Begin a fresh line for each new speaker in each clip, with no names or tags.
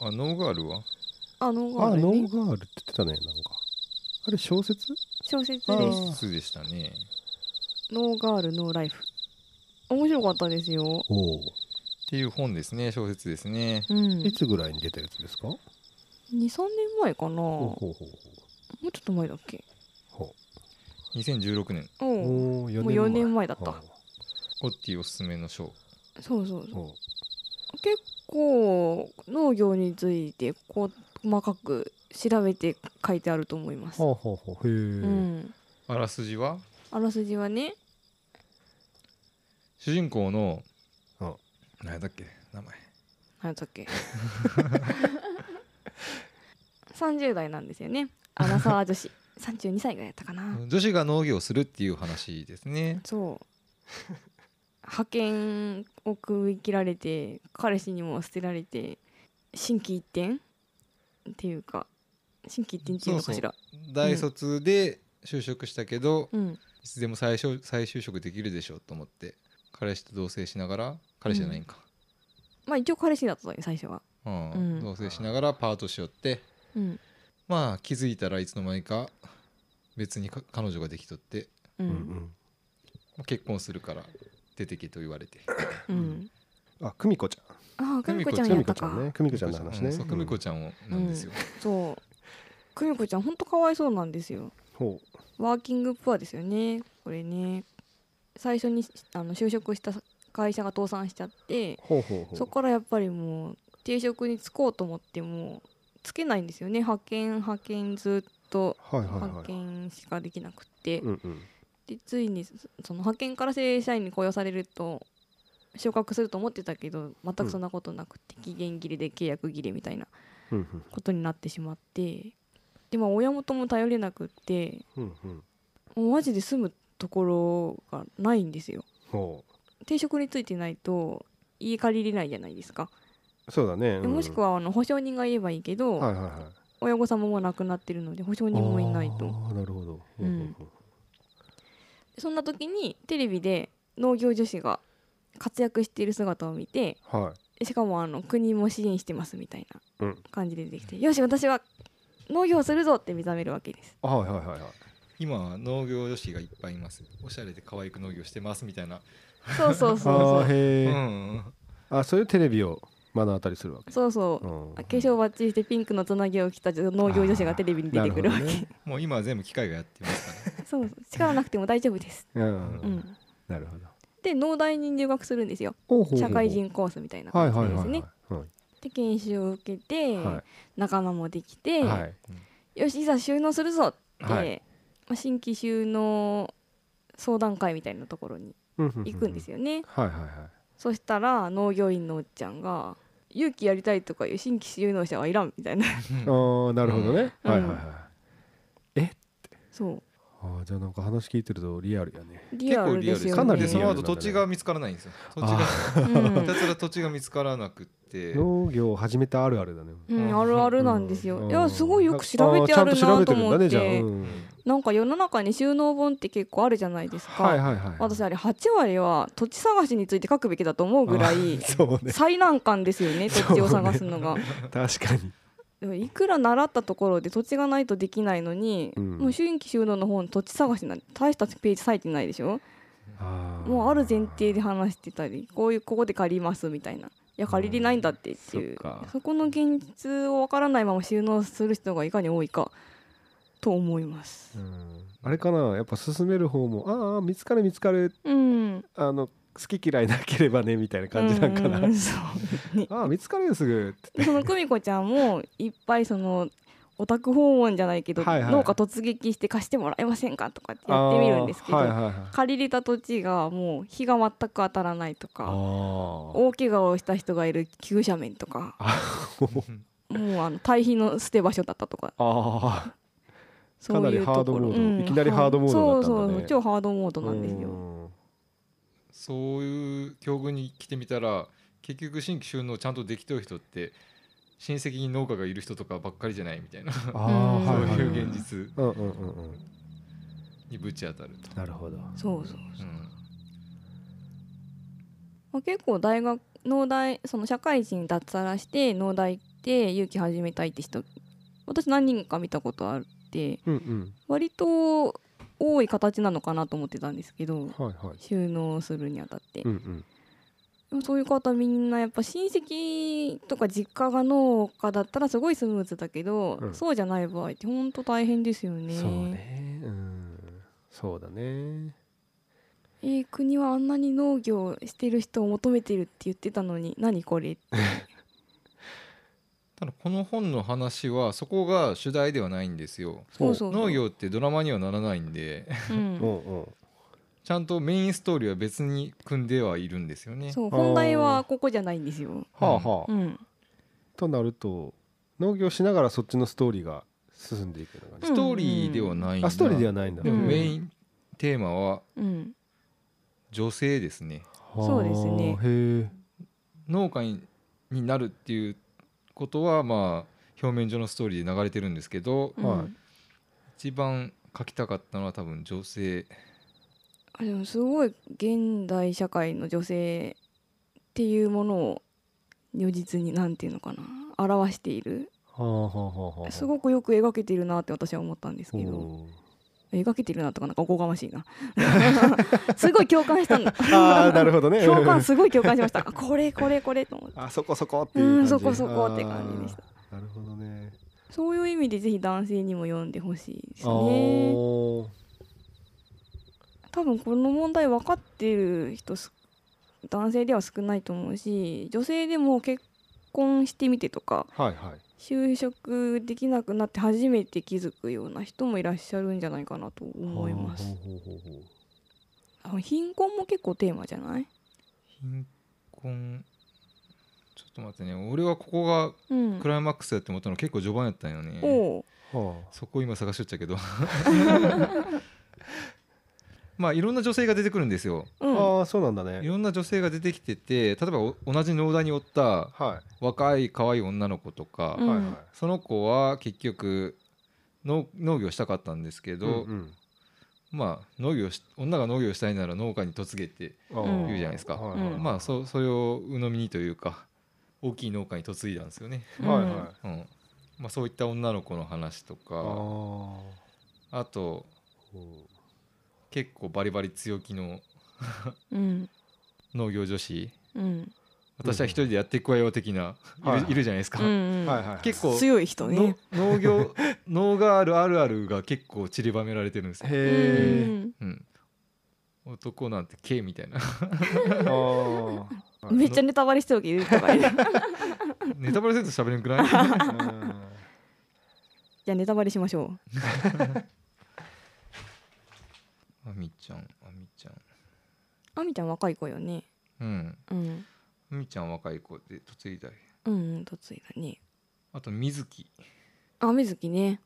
あノーガールは
あノーガ
あ
ー
あ、
ル
ノ
ね
ーガールって言ってたね、なんか。あれ、小説
小説
あ
です
ー
普でしたね
ノーガールノーライフ面白かったですよ
おお。
っていう本ですね小説ですね
うん
いつぐらいに出たやつですかほ
23年前かな
う
も
ほうほう
うちょっと前だっけ
ほ
2016年
う
う。
ん
おお、4
もう4年前だった
は
オッティおすすめの書
そうそう
あ
そう
ほう
結構農業についてこう細かく調べて書いてあると思います
ほうほうほう。へえ。
うん
あらすじは
あらすじはね
主人公の
あ
何だっけ名前
何だっ け30代なんですよねアナサー女子32歳ぐらいだったかな
女子が農業をするっていう話ですね
そう派遣を食い切られて彼氏にも捨てられて心機一転っていうか心機一転っていうのかしら
大卒で就職したけど、
うん
いつでも再就再就職できるでしょうと思って彼氏と同棲しながら彼氏じゃないんか、
まあ一応彼氏だったのよ最初は
うん
うん
同棲しながらパートしよって
うん
まあ気づいたらいつの間にか別にか彼女ができとって
う
うんうんん。
まあ結婚するから出てけと言われて
うん
あ、久美子ちゃん。
ああ久美子ちゃん
久
や
美
った
子ちゃん
か
ね。久美子ちゃんの話ね。
そう久美子
ゃん。
ちゃんをなんですよ、
そう久美子ちゃんほんとかわいそうなんですよ
ほ
ワーキングプアですよねこれね最初にあの就職した会社が倒産しちゃって
う。ほうほうほう。
そこからやっぱりもう定職に就こうと思ってもつけないんですよね派遣派遣ずっと
はいはい
派
はい。
遣しかできなくて、
うんうん。
でついにそその派遣から正社員に雇用されると昇格すると思ってたけど全くそんなことなくて、期限切れで契約切れみたいな
うんうん
ことになってしまってでまあ親元も頼れなくって
うんうん。
もうマジで住むところがないんですよ
ほ
定職についてないと家借りれないじゃないですか
う。そうだ
で
ね。うん
もしくはあの保証人が言えばいいけど、
はいはいはい。
親御様も亡くなってるので保証人もいないと
あーなるほど。
うん
うんうん
そんな時にテレビで農業女子が活躍している姿を見て
うんはい。
しかもあの国も支援してますみたい
うん
な感じで出てきて、よし私は農業するぞって目覚めるわけです
あはいはいはいはい。
今は農業女子がいっぱいいますおしゃれで可愛く農業してますみたいな、
そうそう
あ
そう
ー
そう
へ
う
え。
ん、
あそういうテレビを目の当たりするわけ。
そうそう、
うん
化粧バッチリしてピンクのつなぎを着た農業女子がテレビに出てくるわけ、
なるほどね
もう今は全部機械がやってますから、ね、
そうそう力なくても大丈夫です、
う。
うんん、
なるほど
で農大に入学するんですよ
ほうほうほう。
社会人コースみたいな
はい
感じ
はい
で
は
す
い
ね
は。い。はい
で研修を受けて、
は
仲間もできて、
いはい。
よしいざ収納するぞって、
はい
まあ、新規収納相談会みたいなところに行くんです
よ。
よね、
はいはいはい。
そしたら農業員のおっちゃんが「勇気やりたいとかいう新規収納者はいらん」みたいな
あーなるほどね。
うん
はいはいはい。
そう
あーじゃあなんか話聞いてるとリアルやね。
リ
結
ア
構
ル
リア
で
ル
す
です
よね
かなり
でそ
リア
の
ル
後土地が見つからないんですよ土地が
うん
ひたすら土地が見つからなくって
農業を始めたあるあるだね。
うん、あるあるなんですよ、
うん
いやすごいよく調べてある
ーちゃん
な
調べ
と
るん
思
だ
っ
ね
て
じゃあうん
なんか世の中に収納本って結構あるじゃないですか、
はいはいはい。
私あれ8割は土地探しについて書くべきだと思うぐらい
そう ね
最難関ですよね土地を探すのが、
確かに。
でもいくら習ったところで土地がないとできないのに、
うん
もう新規収納の本土地探しなんて大したページ割いてないでしょ
あー
もうある前提で話してたりこういうここで借りますみたいないや借りれないんだってっていう、
そっか
そこの現実をわからないまま収納する人がいかに多いかと思います
うんあれかなやっぱ進める方もあーあー見つかる見つかる
うん
あの好き嫌いなければねみたいな感じなんかな、
うんうんうんそう
ああ見つかるよすぐって
でその久美子ちゃんもいっぱいそのオタク訪問じゃないけど、
はいはい
農家突撃して貸してもらえませんかとかってやってみるんですけど、
あーはいはいはい
借りれた土地がもう日が全く当たらないとか
あー
大怪我をした人がいる急斜面とか
うん
もうあの堆肥の捨て場所だったとか
あ
そういう
かなりハード
ところ
モードいきなりハードモードだったん
そ
だね
うそうそう超ハードモード
ー
なんです
う
よ
ん
そういう境遇に来てみたら結局新規収納ちゃんとできてる人って親戚に農家がいる人とかばっかりじゃないみたいなそ
ああ
うん
は
う
いはいはい
いう現実
うんうんうんうん
にぶち当たると、
なるほど
そうそう、
うん
まあ、結構大学農大その社会人脱サラして農大って勇気始めたいって人私何人か見たことあって
うん
割と多い形なのかなと思ってたんですけど
うんはいはい
収納するにあたって、
うんうん
でもそういう方みんなやっぱ親戚とか実家が農家だったらすごいスムーズだけど、
うん
そうじゃない場合ってほんと大変ですよね。
そうねうんそうだね
えー国はあんなに農業してる人を求めてるって言ってたのに何これ
ただこの本の話はそこが主題ではないんですよ
そうそうそう
農業ってドラマにはならないんで
うん
おうおう
ちゃんとメインストーリーは別に組んではいるんですよね
そう本題はここじゃないんですよ。
はあは
う
あ
ん、
となると農業しながらそっちのストーリーが進んでいくような
ス
感
トーリーではない
じあストーリーでは
な
ないんだ
でも
うん
メインテーマは
うん、
女性ですね
はあ
そうですね
へえ
農家にになるっていうことはまあ表面上のストーリーで流れてるんですけど、
うん
はい
一番書きたかったのは多分女性
あでもすごい現代社会の女性っていうものを如実になんていうのかな表している
はあはあはあはあ
すごくよく描けているなって私は思ったんですけど
おう
描けているなとかなんかおこがましいなすごい共感したんだ
ああなるほどね
共感すごい共感しましたあこれこれこれと思って
あそこそこってて
い
いう
感
う
じ
感じ
うんそこそこって感じでした
なるほどね
そういう意味でぜひ男性にも読んでほしいです
あ
ね
ー
多分この問題分かってる人す男性では少ないと思うし女性でも結婚してみてとか
はいはい
就職できなくなって初めて気づくような人もいらっしゃるんじゃないかなと思います
ほうほうほうほう
あ貧困も結構テーマじゃない
貧困ちょっと待ってね俺はここが
うん
クライマックスだって思ったの結構序盤やったんよね、
おう
は
そこを今探しとっちゃうけど まあいろんな女性が出てくるんですよ
あ、
うん
ああそうなんだ
い
ね
ろんな女性が出てきてて例えばお同じ農大におった
は
若い可愛い女の子とか、
い
うん
はいはい
その子は結局農農業したかったんですけど、
うん
まあ農業し女が農業したいなら農家に嫁げて
うんあ
うん
ー
言うじゃないですか
はいはい
うん
まあそそれを鵜呑みにというか大きい農家に嫁いだんですよね、
うん
はいはい
うんまあ、そういった女の子の話と
あ
か
ー
あと
うん
結構バリバリ強気の
うん
農業女子
うん
私は一人でやっていくわよ的な、
うん
いるいるじゃないですか、
うん
はいはい
結構
強い人ね
の農業農があるあるあるが結構散りばめられてるんですよ、
う
へえ
ん
うん、男なんて K みたいな
あーは い
めっちゃネタバレしてるけどとか言う
ネタバレすると喋れ んくないは
うん
じゃあネタバレしましょ
あみちゃんあみちゃん
うあみちゃん若い子よね
うん
うん
あみちゃん若い子で嫁いだり
うんうん嫁いだね
あと水木
あ水木ね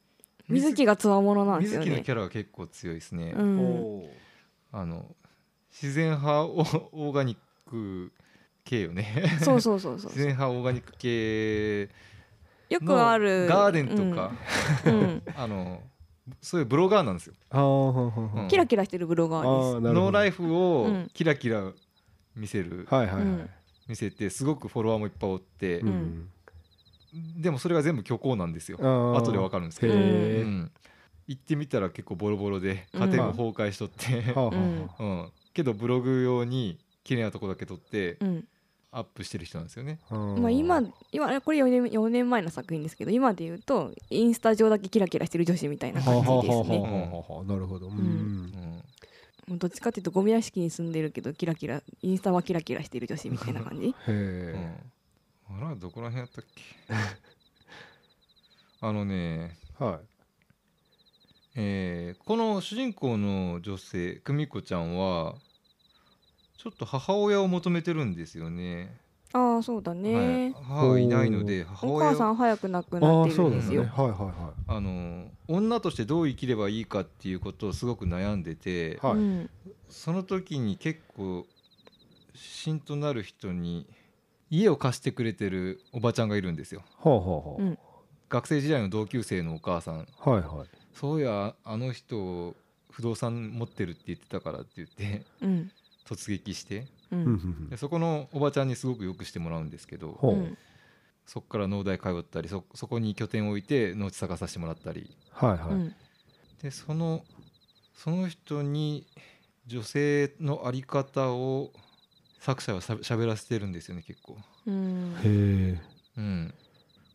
水木がつわものなんで
水
すよ
木の
ね
キャラが結構強いですね、
うん
おー
あの自然派オオーガニック系よね
そうそうそうそう
自然派オーガニック系
よく
の
ある
ガーデンとか、
うんうん
あのそういうブロガーなんですよ
あーはんはんは
うん
ん
キラキラしてるブロ
あ
ガーで
ーなるほ
ノー
ど
ライフを
うん
キラキラ見せる、
はいはい
う
はい
ん
見せてすごくフォロワーもいっぱいおって、
うんん
でもそれが全部虚構なんですよ
あー
後でわかるんですけど、う
へえ
ん、行ってみたら結構ボロボロで
うん
家庭も崩壊しとって、
はあはあ
うん
うんけどブログ用に綺麗なとこだけ撮って
すうん
アップしてる人なんですよね。
はあ
まあ今今これ4年4年前の作品ですけど今で言うとインスタ上だけキラキラしてる女子みたいな感じですね
は
も
あ
はあなるほどうん
ん
うん
うどっちかっていうとゴミ屋敷に住んでるけどキラキラインスタはキラキラしてる女子みたいな感じ
へえ
うん、あらどこら辺やったっけ あのね、
は
えーこの主人公の女性久美子ちゃんはちょっと母親を求めてるんですよね。
ああそうだね、
はい、母がいないので母
お
親
母さ
を
ん早く亡く
いあ
なっ
あ
てる
そう
で
んなんだ
す
ね
よ
はいはいは
あの女としてどう生きればいいかっていうことをすごく悩んでて、
はい
うん
その時に結構信徒なる人に家を貸してくれてるおばちゃんがいるんですよ
いはあは
うん
学生時代の同級生のお母さん
あはいはい
そういやあの人不動産持ってるって言ってたからって言って
うん
突撃して
う
うん
ん
うんうん
でそこのおばちゃんにすごくよくしてもらうんですけど
ほう
うん
そこから農大通ったりそそこに拠点を置いて農地探させてもらったり
はいはい、
うん
でそのその人に女性の在り方を作者はしゃ喋らせてるんですよね結構。
うん
へえ
うん、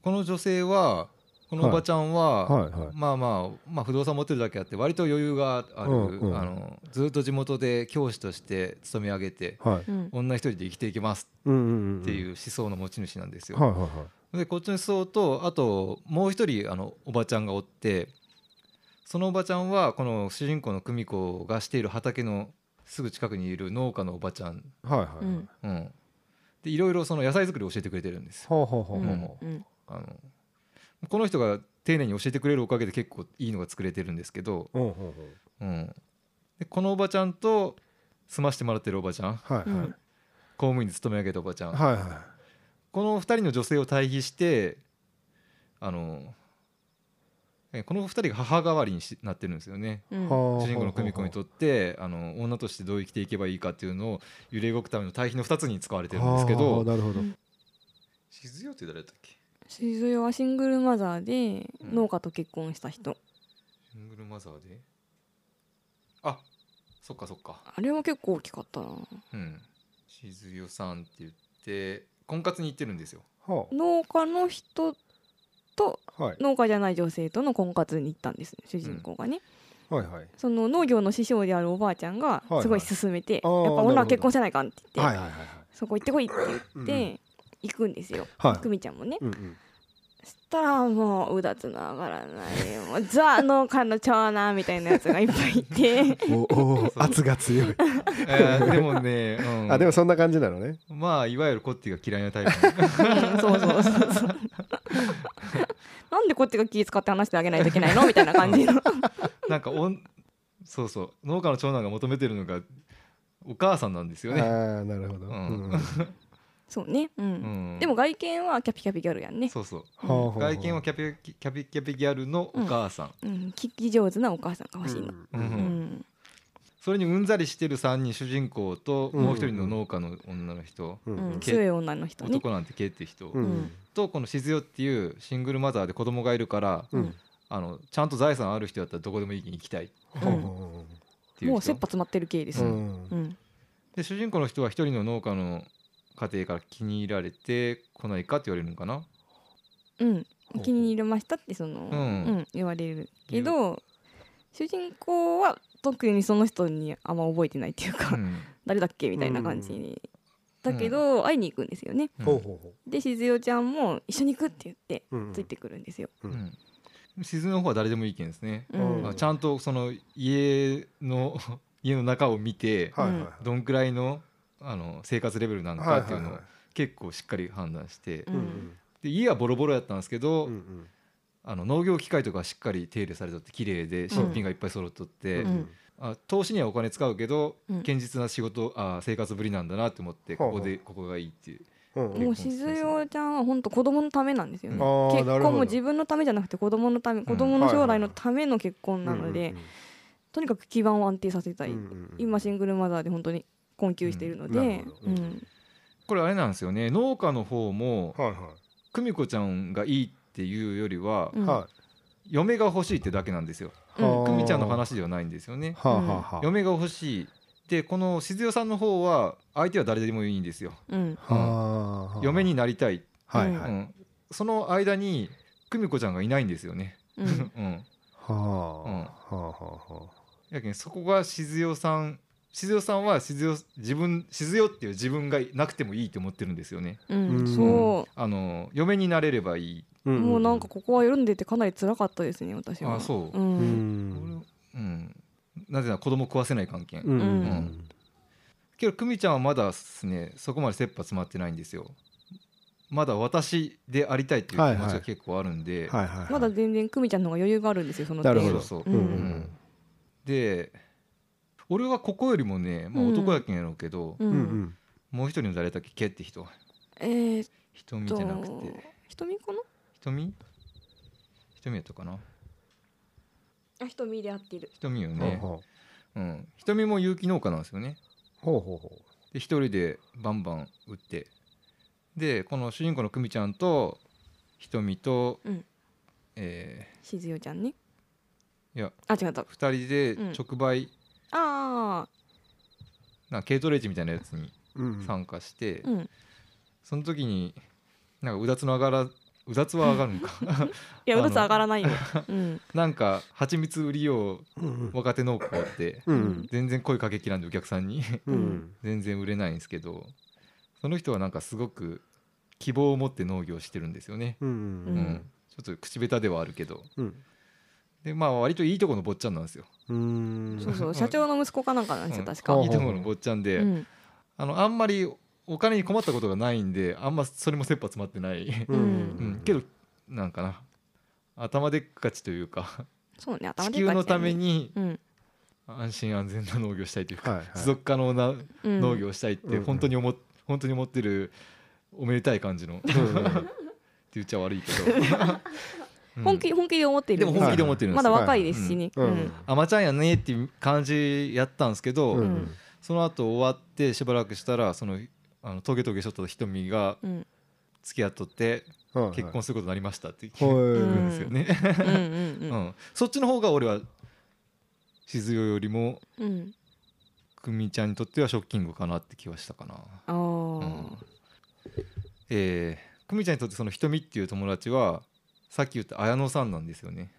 この女性はこのおばちゃんは、
はいはい
まあまあ、まあ、不動産持ってるだけあって割と余裕がある、
うんうん
あのずっと地元で教師として勤め上げて
はい
うん
女一人で生きていきます
うんうんうん
っていう
う
思想の持ち主なんです
ん
よ。
はいはいはい
でこっちの思想とあともう一人あのおばちゃんがおってそのおばちゃんはこの主人公の久美子がしている畑のすぐ近くにいる農家のおばちゃん、
はいはいはい
うん
うん、でいろいろその野菜作りを教えてくれてるんですよ
はあはあはあ
う
は
ん
も
うん
あのこの人が丁寧に教えてくれるおかげで結構いいのが作れてるんですけど、
あうんうんうん
うん、でこのおばちゃんと住ましてもらってるおばちゃん
はいはい
うん
公務員で勤め上げたおばちゃん
はいは
この2人の女性を対比してあのえこの2人が母代わりにしなってるんですよね
う
い
ん
はあ
主人公の久美子にとってあの女としてどう生きていけばいいかっていうのを揺れ動くための対比の2つに使われてるんですけ
はあはあ
ど
なるほど
うん
静代って誰だったっけ
静代はシングルマザーで
うん
農家と結婚した人、
シングルマザーであそっかそっか
あれは結構大きかったな
うん静代さんって言って婚活に行ってるんですよ
は
農家の人と
あはい
農家じゃない女性との婚活に行ったんですね主人公がね、
はいはい
その農業の師匠であるおばあちゃんが
いはい
すごい勧めて、
あー
やっぱ
なるほ
女
ど
は結婚せないかんって言っ
はいはい
て、
はい
そこ行ってこいって言っ
うん
て行くんですよ、
はい
久美ちゃんもね、
うんうん
そしたらもううだつの上がらないもう ザ農家の長男みたいなやつがいっぱいいて
お お圧が強い
えーでもね、うん
あでもそんな感じなのね
まあいわゆるコッティが嫌いなタイプの
うんそうそうそうそうなんでこっちが気使って話してあげないといけないのみたいな感じの
なんかおんそうそう農家の長男が求めてるのがお母さんなんですよね、
ああなるほど、
う
うんんうん、は
そうねうん、
うん、
でも外見はキャピキャピギャルやんね
そうそう
あはあ
外見はキャピキャピキャピギャルのお母さん、
うん、聞き上手なお母さんが欲しいの、
うん
うん
それにうんざりしてる3人主人公と
うん
もう一人の農家の女の人、
うんう
うん
ん
強い女の人ね
男なんてけって人、
うん
うん
とこの静代っていうシングルマザーで子供がいるから、
うん
うん
あのちゃんと財産ある人だったらどこでもいいに行きたいっ
ほうほうほ
ていう人
もう切羽詰まってる系です
うう
ね
ん
うん、
で主人公の人は一人の農家の家庭から気に入られて来ないかって言われるのかな
うん
ほう
気に入りましたってその、うん
ん
言われるけど主人公は特にその人にあんま覚えてないっていうか、
うん
誰だっけみたいな感じ
うん
に、だけど、会いに行くんですよね
ほうほうほ
で静代ちゃんも一緒に行くって言って
ううん
ついてくるんですよ、
う
うん
ん静の方は誰でもいいけんですね、
うん
あちゃんとその家の 家の中を見て
はいはいはい
どんくらいのあの生活レベルなのかっていうのを
は
結構しっかり判断して
う
いはいはいうんん
で家はボロボロやったんですけど、
うんうん
あの農業機械とかしっかり手入れされとって綺麗で新品がいっぱい揃っとって、
うん
あ投資にはお金使うけど、
うん
堅実な仕事あ生活ぶりなんだなって思って
はあ
こ
はあ
こでここがいいっていう
うんうん
もう静代ちゃんは本当子供のためなんですよね、
うん
あー
結
な
婚
るほど
も自分のためじゃなくて子供のため子供の将来のための結婚なので、とにかく基盤を安定させたい、
うんうんうん
今シングルマザーで本当に困窮しているの
うんな
で
るほ
う
ど
ん
これあれなんですよね農家の方も
はいは
久美子ちゃんがいいっていうよりは、
う
い
ん
は
嫁が欲しいってだけなんですよ
い
うん
はあ
久美ちゃんの話ではないんですよね
はあはあは
嫁が欲しいでこの静代さんの方は相手は誰でもいいんですよ
うん
あはあ
嫁になりたい、
はいは
う
い
ん、その間に久美子ちゃんがいないんですよね、
う
うんん、
はあ
うん
はあはあは
やけんそこが静代さん静代さんは静代自分静代っていう自分がなくてもいいと思ってるんですよね。
うん
うん
そ
あの嫁になれればいい。
あ
う、もうなんか
こ
ここは読んでてかなり辛かったですね私は
あそう
う
うんん
俺うん。なぜなら子供食わせない関係。
うんうん
うん
けど久美ちゃんはまだですねそこまで切羽詰まってないんですよ。まだ私でありたいっていう気持
はい
ち
は
が
い
結構あるんで、
はいはい
まだ全然久美ちゃんの方が余裕があるんですよその点
なるほど
そう
そう
うん
で俺はここよりもね、まあ、
うん
男やけんやろうけど、
う
うんうん
ん
もう一人の誰だっけケって人
えーっ
瞳じ
と
ゃなくて
瞳かな
瞳瞳やったかな
あ瞳で合ってる
瞳よ
うんうん
ね、
ほ
うん、瞳も有機農家なんですよね
うほうほう
で一人でバンバン売ってでこの主人公の久美ちゃんとひとみと、
うん
え
しずよちゃんね
いや
あ違った
2人
うん
で直売、
ああ
なんか軽トレーチみたいなやつに
うん
参加して、
うん
その時になんかうだつの上がらうだつは上がるの か
いや
あ
う
の
だつ上がらないよ、うん、
なんか蜂蜜売りよ
うんうん
う若手農家って
うん
全然声かけきらんでお客さんに
うん
全然売れないんですけどその人はなんかすごく希望を持って農業をしてるんですよね、
う
うん
ん
ちょっと口下手ではあるけど
うん
でまあ割といいとこの坊ちゃんなんですよ、
うん
そうそううん社長の息子かなんかなんです
う
よ
ん
確か、
いいとこの坊ちゃんで、
うん
あのあんまりお金に困ったことがないんであんまそれも切羽詰まってない、
う
うんん、けどなんかな頭でっかちというか
そうね頭
地球
でっかちだよね
のために
うん
安心安全な農業をしたいというか、
はいはい
持続可能な
うん
農業をしたいって
うん
本当に思っ、本当に思ってるおめでたい感じの、って言っちゃ悪いけど、うん
本気本気で思ってる
でも本気で思ってるんです
ま
よ、
だ若いですしね、
う
うん
ん
あまちゃんやねっていう感じやったんですけど、
うん
うん
その後終わってしばらくしたらそのあのトゲトゲしとった瞳が
うん
付き合っとって
はい
結婚することになりましたって
はい
言うん
ん
ですよね、
うんう
うん
ん
そっちの方が俺は静代よりも
うんうん
久美ちゃんにとってはショッキングかなって気はしたかな。
あ
うん
ー
えー、久美ちゃんにとってその瞳っていう友達はさっき言った綾野さんなんですよね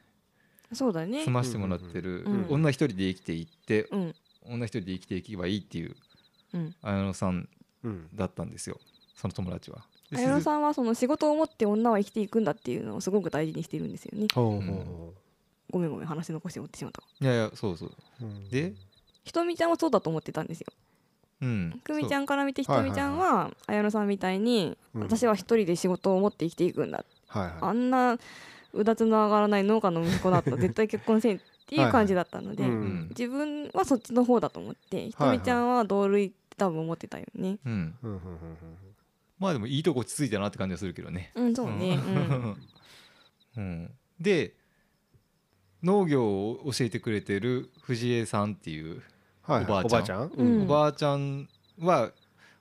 そうだね
住ましてもらってる、
うん
女一人で生きていって、
うん
女一人で生きていけばいいっていう
うん
綾野さん
うん
だったんですよその友達は。で
綾野
静
さんはその仕事を持って女は生きていくんだっていうのをすごく大事にしてるんですよね
ほうほうほ
ごめんごめん話残して終わってしまった
いやいやそうそう
ううん
で
ひとみちゃんはそうだと思ってたんですよ
うん
久美ち
ん
ゃんから見てひとみちゃんは綾野さんみたいに
うん
私は一人で仕事を持って生きていくんだ
はい
あ
は
んなうだつの上がらない農家の息子だったら絶対結婚せんっていう感じだったの
い
で
ん
自分はそっちの方だと思ってひとみちゃんは同類って多分思ってたよね
うん、
うんうんうん
まあでもいいとこ落ち着いたなって感じがするけどね。
うんそうねうん
うんうんで農業を教えてくれてる藤江さんっていう
はいはい
おばあちゃん
おばあちゃんう
うん
おばあちゃんは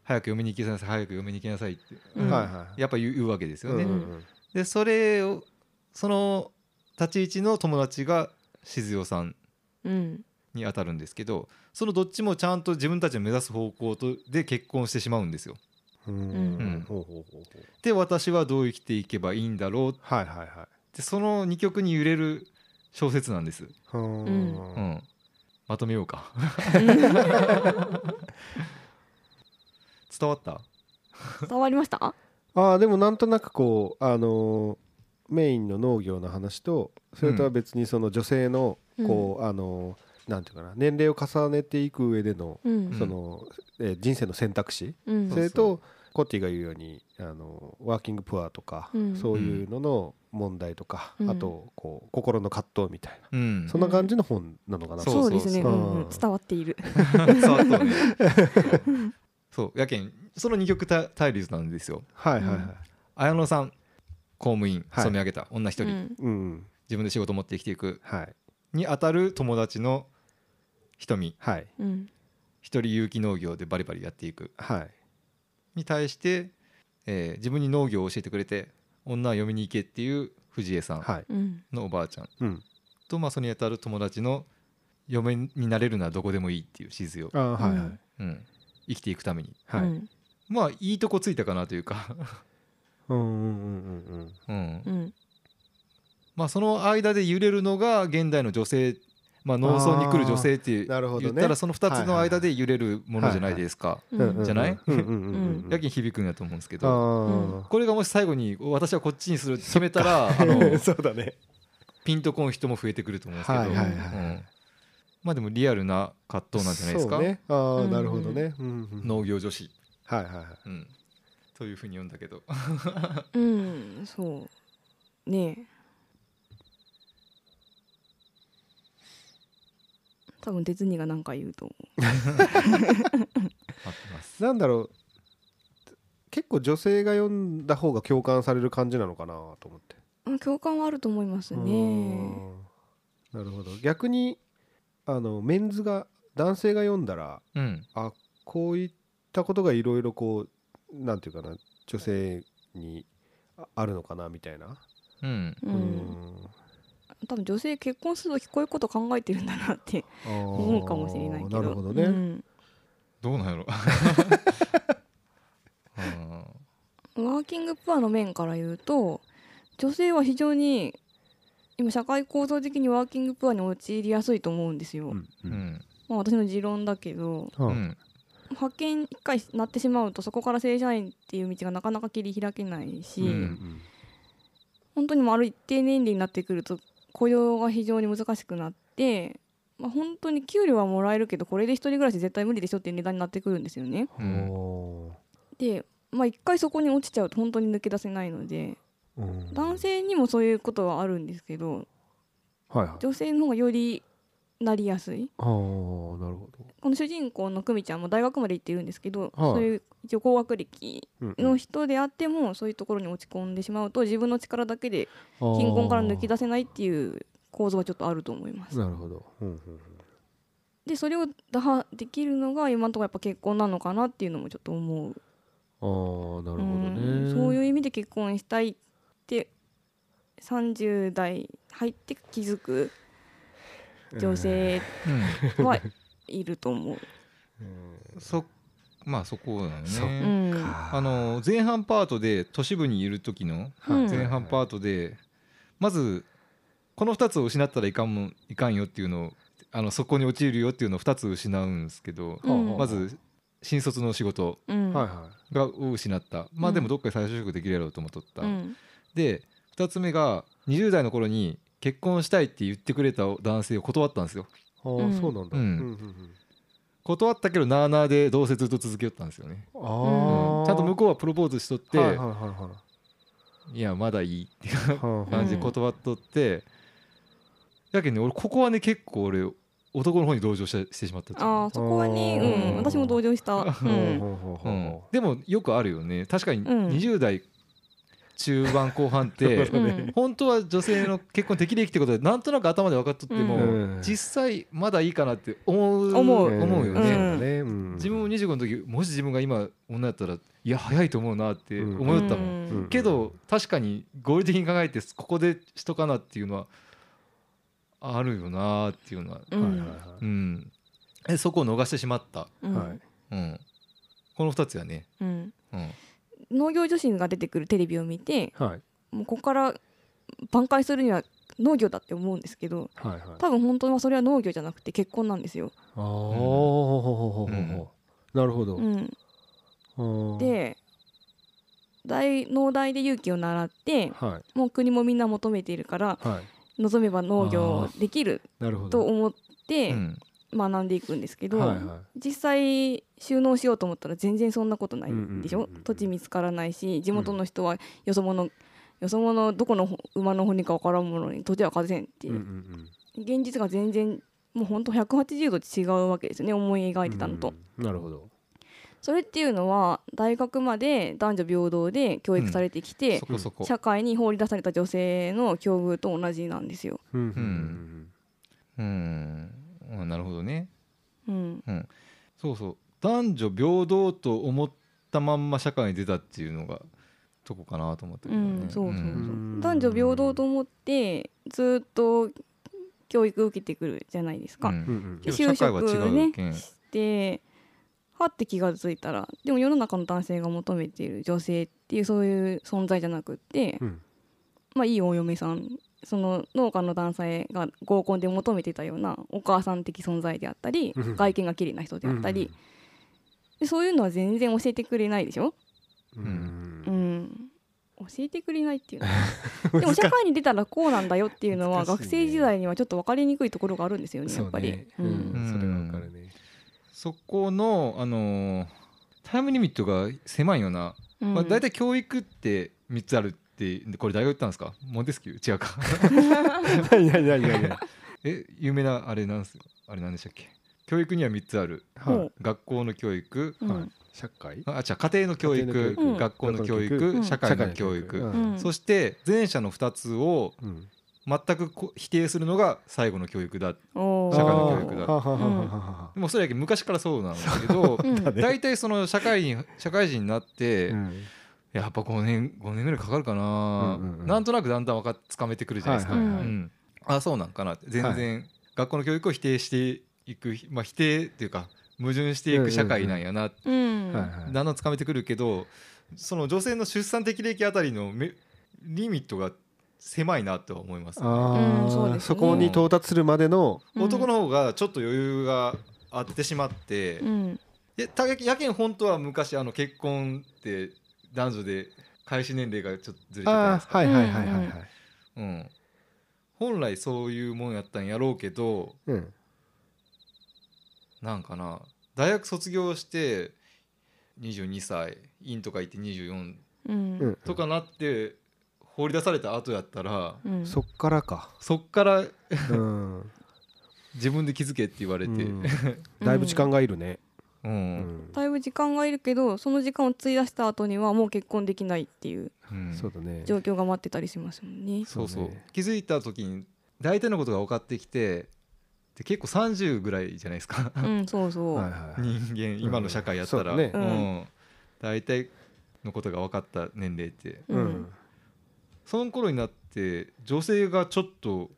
早く読みに行きなさい早く読みに行きなさいって、
うん
はいはい
やっぱ言う言うわけですよね。
うんうんうん
でそれをその立ち位置の友達が静代さん
うん
に当たるんですけどそのどっちもちゃんと自分たちの目指す方向とで結婚してしまうんですよ。
うん
うん
ほうほうほうほう
で私はどう生きていけばいいんだろうっ
はいはいはい
てその2曲に揺れる小説なんです。
うーん
う
う
ん
うん
ん、まとめようか伝わった
伝わりました
ああでもなんとなくこうあのーメインの農業の話とそれとは別にその女性のこう、あのーなんていうかな年齢を重ねていく上での
うんうん
その、えー人生の選択肢、
うん
そ
そうれとコッティが言うようにあのーワーキングプアとか、
うん
そういうのの問題とか、
うん
あとこう心の葛藤みたい
う
な、
ん
そんな感じの本なのかな、
そう
そうですね
そう
うんうん
うん
伝わっている
そうあとね そうやけんその2曲た対立なんですよ
はいはいはい、
綾野さん公務員
はい
染め上げた、女一人、
うん
うん、
自分で仕事持って生きていく
はい
に当たる友達の瞳
はい
うん
一人有機農業でバリバリやっていく
はい
に対して、えー自分に農業を教えてくれて女は嫁に行けっていう藤江さん
はい、
うん
のおばあちゃん
うん、
と、まあ、それに当たる友達の嫁になれるのはどこでもいいっていう静よ
あ、ーはいはい
うん、生きていくために
はい、
うん
まあいいとこついたかなというか、
うんうんうんうんうん
うん
うん
まあ、その間で揺れるのが現代の女性、まあ、農村に来る女性っていう
なるほど
言
ね
ったらその2つの間で揺れるものじゃないですか
う
うんうん
ん
じゃない
うんうんうんうんうん
やけに響くんやと思うんですけど
あ
これがもし最後に私はこっちにするって決めたらあ
あ
の
そうだね
ピンとこん人も増えてくると思うんですけど
はい
はいはい
うんまあでもリアルな葛藤なんじゃないですか
そうねああ
うん
なるほどねうんうん
農業女子、
はいはいはい
うん、というふうに読んだけど
うんそうねえ多分ディズニーが何か言うと思
合ってます。
なんだろう結構女性が読んだ方が共感される感じなのかなと思って
ううん共感はあると思います
う
ね
んなるほど逆にあのメンズが男性が読んだら
うん
こういったことがいろいろこうなんていうかな女性にああるのかなみたいな、
うん
う、
うん
多分女性結婚する時こういうこと考えてるんだなって思
思
うかもしれないけど
なるほどね、
うん
どうなんや ろうん
ワーキングプアの面から言うと女性は非常に今社会構造的にワーキングプアに陥りやすいと思うんですよ、
うんう
うんん
まあ、私の持論だけど
う
はあ
ん
派遣一回なってしまうとそこから正社員っていう道がなかなか切り開けないし、
うん
うん
本当にもうある一定年齢になってくると雇用が非常に難しくなって、まあ、本当に給料はもらえるけどこれで一人暮らし絶対無理でしょっていう値段になってくるんですよね。
うん
お
でまあ、一回そこに落ちちゃうと本当に抜け出せないので
ーうん
男性にもそういうことはあるんですけど
はいはい
女性の方がよりなりやすい
ああなるほど
この主人公の久美ちゃんも大学まで行ってるんですけど、
はい
そういう一応高学歴
うんうん
の人であってもそういうところに落ち込んでしまうと自分の力だけで貧困から抜き出せないっていう構造はちょっとあると思います。
なるほど、うんうんうん
でそれを打破できるのが今のところやっぱ結婚なのかなっていうのもちょっと思う
ああなるほどね、
うんそういう意味で結婚したいって30代入って気づく女性はいると思う。
うんそまあそこなの
そっ
う
ね
ん
あの前半パートで都市部にいる時の
うん
前半パートでまずこの2つを失ったらいかんもんいかんよっていうのをあのそこに陥るよっていうのを2つ失うんですけど
うん
まず新卒の仕事
うん
はい
が
は
を失ったま
う
あ
ん
でもどっかで再就職できるやろうと思っとった、
うん
で2つ目が20代の頃に結婚したいって言ってくれた男性を断ったんですよ
い、
う
ああ
ん
そうなんだ、
うん断ったけどなあなあでどうせずっと続けよったんですよね、
うん
うん
ああ
ちゃんと向こうはプロポーズしとって、
はいはいはいはい
い、やまだいいっていう
はあ は
感じで断っとって、やけんね俺ここはね結構俺男の方に同情ししてしまったっていう
あーそこはね、
うん
うん、私も同情した。う
あ
ん
ほうほう
う
ほうんほ
でもよくあるよね確かに
うん
20代中盤後半 って、
うん
本当は女性の結婚適齢期ってことでなんとなく頭で分かっとっても、
うん
実際まだいいかなって思う
思
う
思うよ
う
ね、
ん
そうだねうん
自分も25の時もし自分が今女だったらいや早いと思うなって思ったもん、
うん
うん
けど確かに合理的に考えてここでしとかなっていうのはあるよなっていうのは、
うん
はいはいは
うん、えそこを逃してしまった、
う
い
ん
はい
うん、この2つやね、
うん
うん
農業女子が出てくるテレビを見て
はい
もうここから挽回するには農業だって思うんですけど
はいはい
多分本当はそれは農業じゃなくて結婚なんですよ。
ああほうほうほうほうほうなるほど
うん、
うん
で大農大で勇気を習って
は
もう国もみんな求めているから
いはい
望めば農業
あ
できる
なるほ
と
ど
思っ
う
て
ん
学んでいくんですけど、
はいはい
実際収納しようと思ったら全然そんなことないんでしょ、
うんうんうんうん
土地見つからないし地元の人はよそ者、よそ者どこの馬の骨か分からんものに土地は貸せんっていうう、
んうんうん
現実が全然もうほんと180度違うわけですよね思い描いてたのと、
うんなるほど
それっていうのは大学まで男女平等で教育されてきて
そ、こそこ、
社会に放り出された女性の境遇と同じなんですよ。
うんうんうん
うん、うんなるほどね
うん、
そうそう男女平等と思ったまんま社会に出たっていうのがとこかなと思ってるからね
うんそうそうそうん男女平等と思ってずっと教育受けてくるじゃないですか。
う
うん
ん
うん
けど社会は違う
ね
けん
してはって気がついたらでも世の中の男性が求めている女性っていうそういう存在じゃなくって、
うん
まあ、いいお嫁さんその農家の男性が合コンで求めてたようなお母さん的存在であったり
うん
外見が綺麗な人であったり、
うん
でそういうのは全然教えてくれないでしょ、う
う
んん、教えてくれないっていうの はでも社会に出たらこうなんだよっていうのは
難しいね
学生時代にはちょっと分かりにくいところがあるんですよねやっぱり。
そうねうん
うん
それがわかるね
そこの、あのータイムリミットが狭いよな、
うん
まあ、大体教育って3つあるってこれ誰が言ったんですかモンテスキュー違う か
何何何何何
え有名なあれなんすよあれなんでしたっけ教育には3つある
はい
も
学校の教育
ううん
はい社会
あ違う家庭の教育
家庭の
育
教
うん
学校の教育、
うん
社会の教育、
うん
うん
そして前者の2つを
うん
全くこ否定するのが最後の教育だ
おー
社会の教育だ
あーははははは
でもそれだけ昔からそうなんだけど
うん
大体その社会に社会人になって、
うん
やっぱ5年5年ぐらいかかるかな、
うんうんうん
なんとなくだんだんわかっつかめてくるじゃないですか、
はい
はいはい
うんあそうなんかなって全然、学校の教育を否定していく、まあ、否定っていうか矛盾していく社会なんやな、
うん
はいはい
だんだんつかめてくるけどその女性の出産適齢期あたりのめリミットが狭いなとは思います、
あ
うんそうです
ー
ね
そこに到達するまでの
うん
男の方がちょっと余裕があってしまって、
うん
でたややけん本当は昔あの結婚って男女で開始年齢がちょっとずれてたじゃない
あ
ですか
ーはいはいはいはいはい
うん、本来そういうもんやったんやろうけど
うん
なんかな大学卒業して22歳院とか行って24
うん
うん
とかなって放り出された後やったら
うん
そっからか
そっから
うん
自分で気づけって言われて、
うんだいぶ時間がいるね
う
うんん
だいぶ時間がいるけどその時間を費やした後にはもう結婚できないっていう
うん
そうだね
状況が待ってたりしますもんね。
そうそう、
そうね
気づいた時に大体のことが分かってきてで結構30ぐらいじゃないですか、
うん、そうそう。
はいはいはい
人間今の社会やったら、
うんそうだ
ね
うん大体のことが分かった年齢って
う
うんん
その頃になって女性がちょっと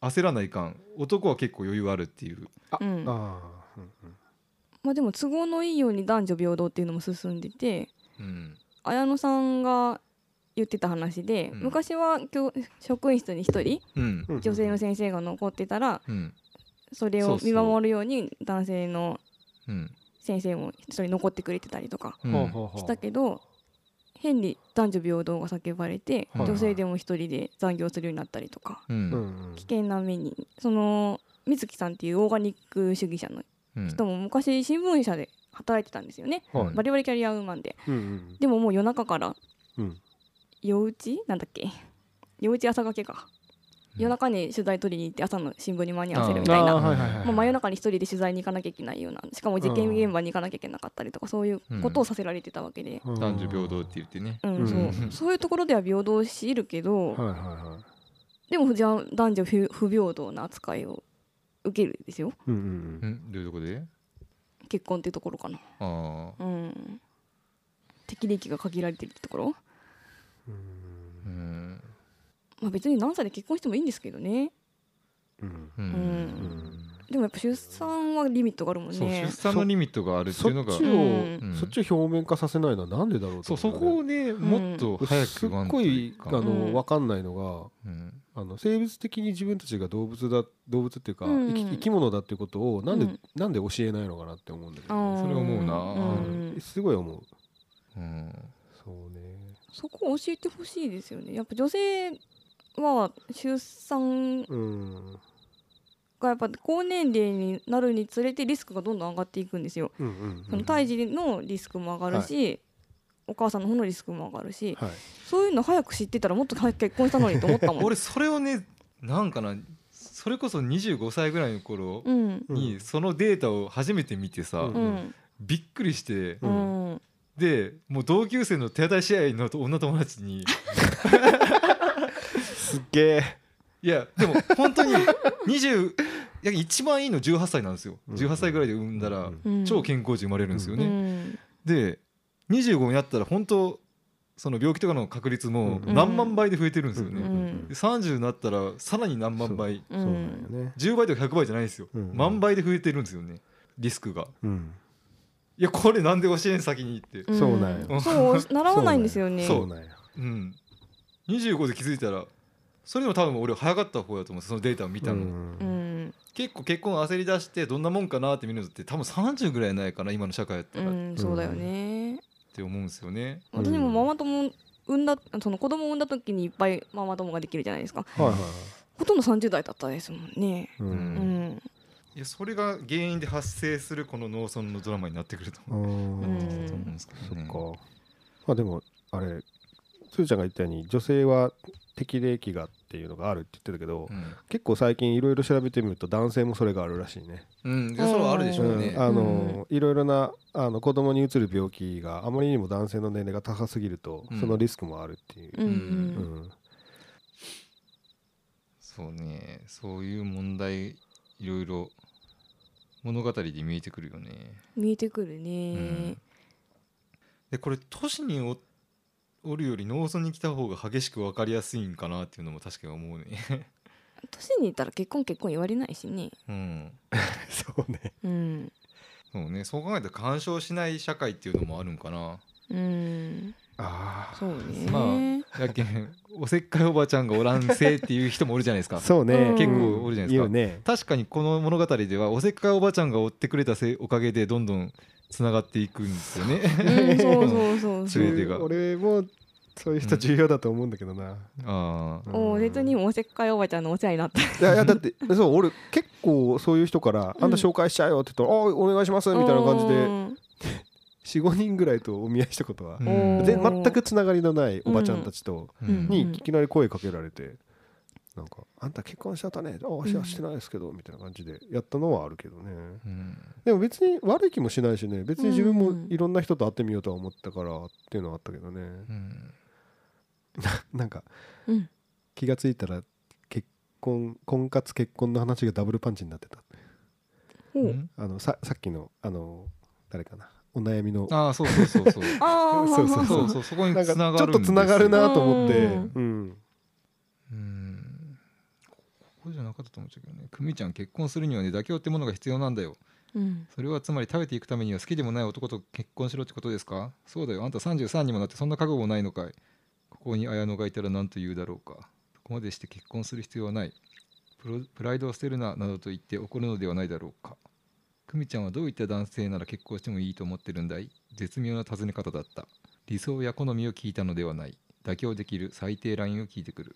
焦らない感男は結構余裕あるっていう
うんま
あーうんうん
あでも都合のいいように男女平等っていうのも進んでて
うん
綾野さんが言ってた話で、
うん
昔は教職員室に一人
うん
うん
女性の先生が残ってたら
うん
それ
そ
を
うそう
見守るように男性の
うん
先生も一人残ってくれてたりとか
う
ほうんほうほう
したけど変に男女平等が叫ばれて
はいはい
女性でも一人で残業するようになったりとか
う
うんん
危険な目にその水木さんっていうオーガニック主義者の
うん
人も昔新聞社で働いてたんですよね
はい
バリバリキャリアウーマンで
うんうん
でももう夜中から
うん
夜打ちなんだっけ夜打ち朝掛けか夜中に取材取りに行って朝の新聞に間に合わせるみたい
あ
な
ーはいはいはいはい
もう真夜中に一人で取材に行かなきゃいけないようなしかも事件現場に行かなきゃいけなかったりとかそういうことをさせられてたわけで、
うん
男女平等って言ってね
うん
うん
そうそういうところでは平等を強いるけど、
はいはいはい
でもじゃあ男女不不平等な扱いを受けるんですよ
うんうん
う、んどういうとこで
結婚っていうところかな。
ああ
うん適齢期が限られてるところ、
うん
うん
まあ、別に何歳で結婚してもいいんですけどね
うん
うん
んでもやっぱ出産はリミットがあるもん
そう
ね
出産のリミットがあるってい
そう
の
っ
が
ちを、
うん
そっちを表面化させないのはなんでだろうと
そう
思
そうこ
ん
をね
ん
もっと
だよね
早
す
く
っ
言わんと
ごいあの、
うん
分かんないのが
うん
あの生物的に自分たちが動物だ動物っていうか、
うん
生き生き物だっていうことをなんで、
うん
なんで教えないのかなって思うんだけど
あー
それは思うな
うん
すごい思う
うん
そうね
そこ教えてほしいですよねやっぱ女性は出産
うん
がやっぱ高年齢になるにつれてリスクがどんどん上がっていくんですよ、
うんうん
その胎児のリスクも上がるし、お母さんの方のリスクも上がるし
はい
そういうの早く知ってたらもっと早く結婚したのにと思ったも ん
俺それをねなんかなそれこそ25歳ぐらいの頃
うん
に
うん
そのデータを初めて見てさ、
うん
うん
びっくりして
う、
うんん
でもう同級生の手当たり試合の女友達に
すっげえ
いやでも本当に20いや一番いいの18歳なんですよ
うん
18歳ぐらいで産んだら
うん
超健康児生まれるんですよ
う
ね。
ん
で25になったら本当その病気とかの確率も
うん
何万倍で増えてるんですよ
う
ね。
ん
で30になったらさらに何万倍
う
そうなん
ん
よね
10倍とか100倍じゃないですよ、
うん
万倍で増えてるんですよねリスクが
うん
いやこれなんで教えん先にって
ん
そうなんよ
そう習わないんですよね
そうなんや
うん25で気づいたらそれでも多分俺早かった方やと思うそのデータを見たの、
うん
結構結婚焦り出してどんなもんかなって見るのって多分30ぐらいやないかな今の社会やった
う
らっ
んそうだよね
て思うんですよね、
うん
私もママ友産んだその子供産んだ時にいっぱいママ友ができるじゃないですか
はいはいはい
ほとんど30代だったですもんね
う
うん
ん
ん
いやそれが原因で発生するこの農村のドラマになってくると
う
思う,、
ん
うん
と思うんですけど
そっ
ね
か、まあでもあれつーちゃんが言ったように女性は適齢期がっていうのがあるって言ってたけど、結構最近いろいろ調べてみると男性もそれがあるらしいね。
うん、うん、いやそれはあるでしょうね、
うんあのいろいろなあの子供にうつる病気があまりにも男性の年齢が高すぎると、
うん
そのリスクもあるっていうう。うんん
そうねそういう問題いろいろ物語で見えてくるよね
見えてくる
う
ね
んでこれ都市におおるより農村に来た方が激しく分かりやすいんかなっていうのも確かに思うね
年にいたら結婚結婚言われないしね
うん
そうね
うん
そうねそう考えたら干渉しない社会っていうのもあるんかな
うん
あ
そうね、
まやけんおせっかいおばちゃんがおらんせいっていう人もおるじゃないです
あ
か
そうね、
うん
結構おるじゃないですか
言うね
確かにこの物語ではおせっかいおばちゃんが追ってくれたせいおかげでどんどんつながっていくんですよね
うん、そうそうそう
そ
そ う
れ全てが
俺もそういう人重要だと思うんだけどな、
ああ
うん
おお絶にもおせっかいおばちゃんのお世話にな った
いやいやだってそう俺結構そういう人から「
うん
あんた紹介しちゃうよ」って言ったら「あお願いします」みたいな感じで45人ぐらいとお見合いしたことは、
うん
おー
で全くつながりのないおばちゃんたちと、
うん
に
うん
いきなり声かけられて「なんかあんた結婚しちゃったね」あ「あしはしてないですけど」みたいな感じでやったのはあるけどね
うん
でも別に悪い気もしないしね別に自分
う
も
ん
いろんな人と会ってみようとは思ったからっていうのはあったけどね、
うん
なんか
うん
気がついたら結婚婚活結婚の話がダブルパンチになってた
ほう
あのささっきのあの誰かなお悩みの
ああそうそうそうそう
あー
そうそう
まあまあ
そうそうそこに
なんか
つ
ち
ながる
ょっとつながる
んですよ
なと思って
うん
うん
うんここじゃなかったと思っちゃうけどね久美ちゃん結婚するにはね妥協ってものが必要なんだよ
うん
それはつまり食べていくためには好きでもない男と結婚しろってことですかそうだよあんた33にもなってそんな覚悟もないのかいここに綾乃がいたら何と言うだろうかそこまでして結婚する必要はないプロプライドを捨てるななどと言って怒るのではないだろうか久美ちゃんはどういった男性なら結婚してもいいと思ってるんだい絶妙な尋ね方だった理想や好みを聞いたのではない妥協できる最低ラインを聞いてくる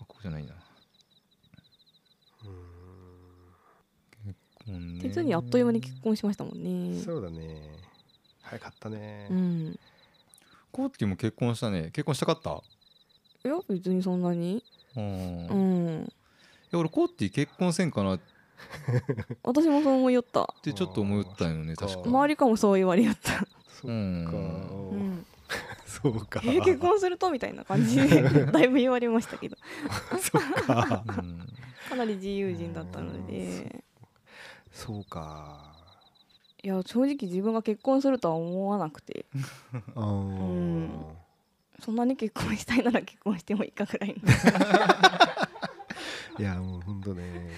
あここじゃないな結婚ね
鉄にあっという間に結婚しましたもんね
そうだね早かったね
うん
コーティも結婚したね結婚したかった
いや別にそんなに
うん
う
い
ん
や俺コッティ結婚せんかなっ
私もそう思いよった
てちょっと思ったよね
あー
確か
そっ
周りからもそう言われよった、
そうっ
ん
か
うん、
そうか
え結婚するとみたいな感じでだいぶ言われましたけど
そっか
うん
かなり自由人だったので
そうか
いや正直自分が結婚するとは思わなくて
あー
うんそんなに結婚したいなら結婚してもいいかぐらいの
いやもうほんとね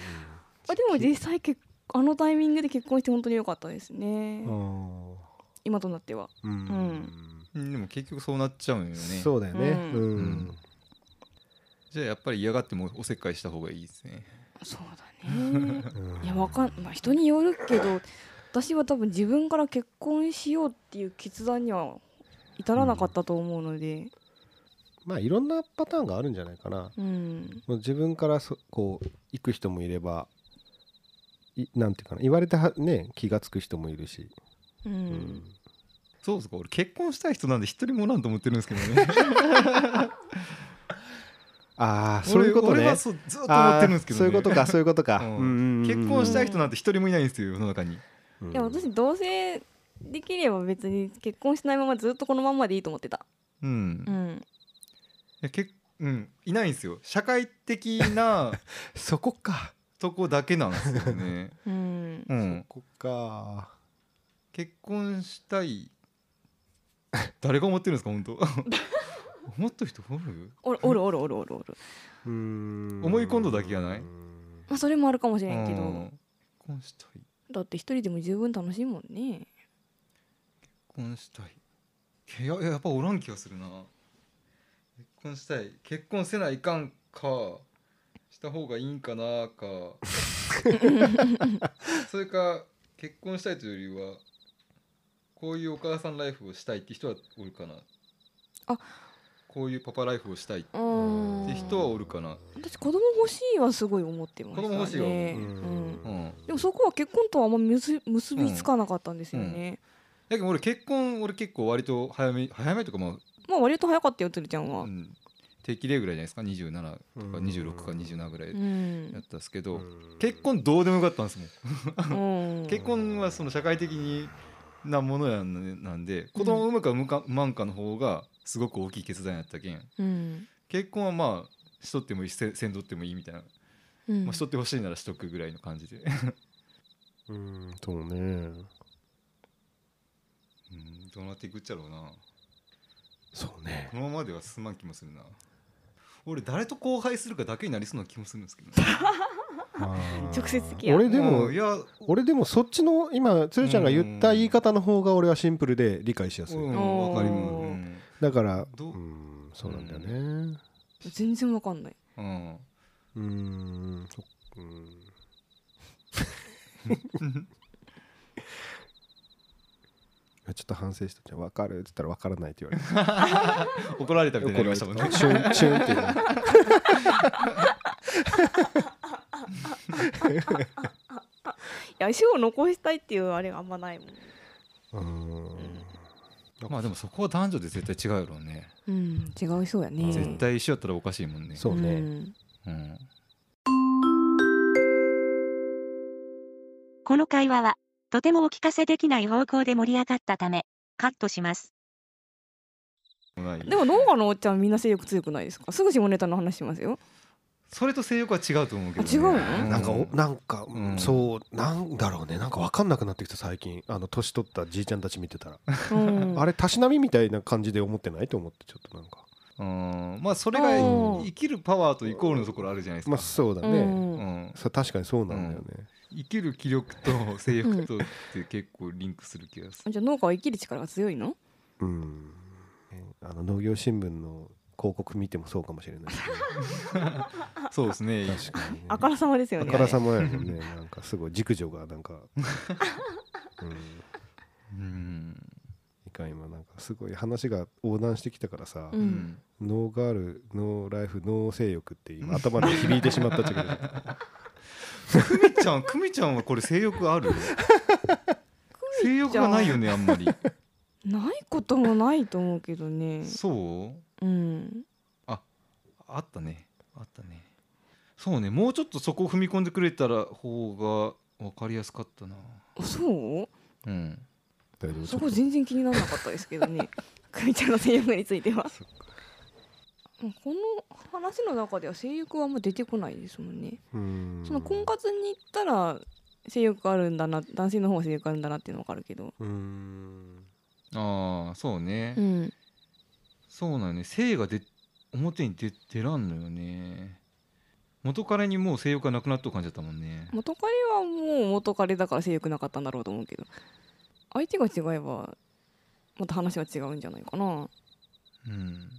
あでも実際結あのタイミングで結婚して本当に良かったですね
うんあ
今となっては
ーうん
うん
うんでも結局そうなっちゃうんよね
そうだよね
う
うんん
じゃあやっぱり嫌がってもおせっかいした方がいいですね
そうだね
うん
いやわかんまあ人によるけど私は多分自分から結婚しようっていう決断には至らなかったと思うので
まあいろんなパターンがあるんじゃないかな
うん
もう自分からそこう行く人もいればいなんていうかな言われてはね気が付く人もいるし、
う
うんん
そうですか俺結婚したい人なんで一人もおらんと思ってるんですけどね
ああそういうこと
俺俺
ね
はそうずっと思ってるんですけどね
あーそういうことかそういうことか、
うん
うんうんうん
結婚したい人なんて一人もいないんですよ世の中に
うん
いや私同棲できれば別に結婚しないままずっとこのまんまでいいと思ってた
うん
う
い
ん
やけうんいないんですよ社会的な
そこか
とこだけなんですよね
うん
うん
そこか
結婚したい 誰が思ってるんですか 本当思った人おる
おるおるおるおるおるおる
うーん
思い込んだだけじゃない
うん
まあそれもあるかもしれんけ
う
ど
ん結婚したい結
だって一人でも十分楽しいもんね
婚したいいやいややっぱおらん気がするな結婚したい結婚せないかんかした方がいいんかな かそれか結婚したいというよりはこういうお母さんライフをしたいって人はおるかな
あ
こういうパパライフをしたいっ
う
っ
ん
て人はおるかな。
私子供欲しいはすごい思ってましたね
子供欲しいは思う
うん
うん。
でもそこは結婚とはあんま結結びつかなかったんですよね、
だけど俺結婚俺結構割と早め早めとかま
まあ割と早かったよつるちゃん
あ、
は
うん、適齢ぐらいじゃないですか27と
うん
か26か27ぐら
う
いやっ
ん、
たんですけど、
うん
結婚どうでもよかったんですもん。
うん、
結婚はその社会的なものやんなんで子供を産むか産むか産まんかの方がすごく大きい決断やったけん
うん
結婚はまあしとってもいいしせせんとってもいいみたいな、
うん
まあ、しとってほしいならしとくぐらいの感じで。
うんそうね
うん、どうなっていくっちゃろうな
そうね
このままでは進まん気もするな俺誰と交配するかだけになりそうな気もするんですけどね、
直接的や
俺で
う
も
んいや
俺でもそっちの今つるちゃんが言った言い方の方が俺はシンプルで理解しやすい、
うんわかる
おー
うん
だからう
どうん
そうなんだよね
全然わかんない
うん
うんうん そうんちょっと反省したじゃん分かるっつったら分からないって言 われて
怒られたみたいになりましたもんね
シュンシュンって言われた
いや石を残したいっていうあれがあんまないもん
う ん
まあでもそこは男女で絶対違うやろうね、
うん違うそうやね
絶対一緒やったらおかしいもんね
そうね、
ん
うん
この会話は、とてもお聞かせできない方向で盛り上がったため、カットします。
もうない
でも農家のおっちゃんみんな性欲強くないですかすぐ下ネタの話しますよ
それと性欲は違うと思うけど、ね、
あ違うの
なんかお
う
なんか、
うん
そうなんだろうねなんか分かんなくなってきた最近あの年取ったじいちゃんたち見てたら
うん
あれたしなみみたいな感じで思ってないと思ってちょっとなんか
うんまあそれが
うん
生きるパワーとイコールのところあるじゃないですか、
まあそうだ
う
ね、
ん
うん、
そう確かにそうなんだよね、
生きる気力と性欲とって結構リンクする気がする
じゃあ農家は生きる力が強いの
うんあの農業新聞の広告見てもそうかもしれないし
そうですね
ね、確かに、ね、
あからさまですよね
あからさまやもんねなんかすごい熟女がなんか、うん、
うん
いかん今なんかすごい話が横断してきたからさ、
う
うんん
ノーガールノーライフノー性欲って今頭に響いてしまったっちゃけど
久美ちゃん久美ちゃんはこれ性欲ある性欲がないよねあんまり
あれないこともないと思うけどね
そう
うん
あったねあったねそうねもうちょっとそこを踏み込んでくれたら方が分かりやすかったな
あそう
うん
大丈夫
そこ全然気にならなかったですけどね久美ちゃんの性欲についてはうんこの話の中では性欲はあんま出てこないですもんね、
うん
その婚活に行ったら性欲あるんだな男性の方は性欲あるんだなっていうの分かるけど
うん
ああそうね、
うん
そうなのね性がで表に出出らんのよね元彼にもう性欲がなくなっと感じだったもんね
元彼はもう元彼だから性欲なかったんだろうと思うけど相手が違えばまた話は違うんじゃないかな
うん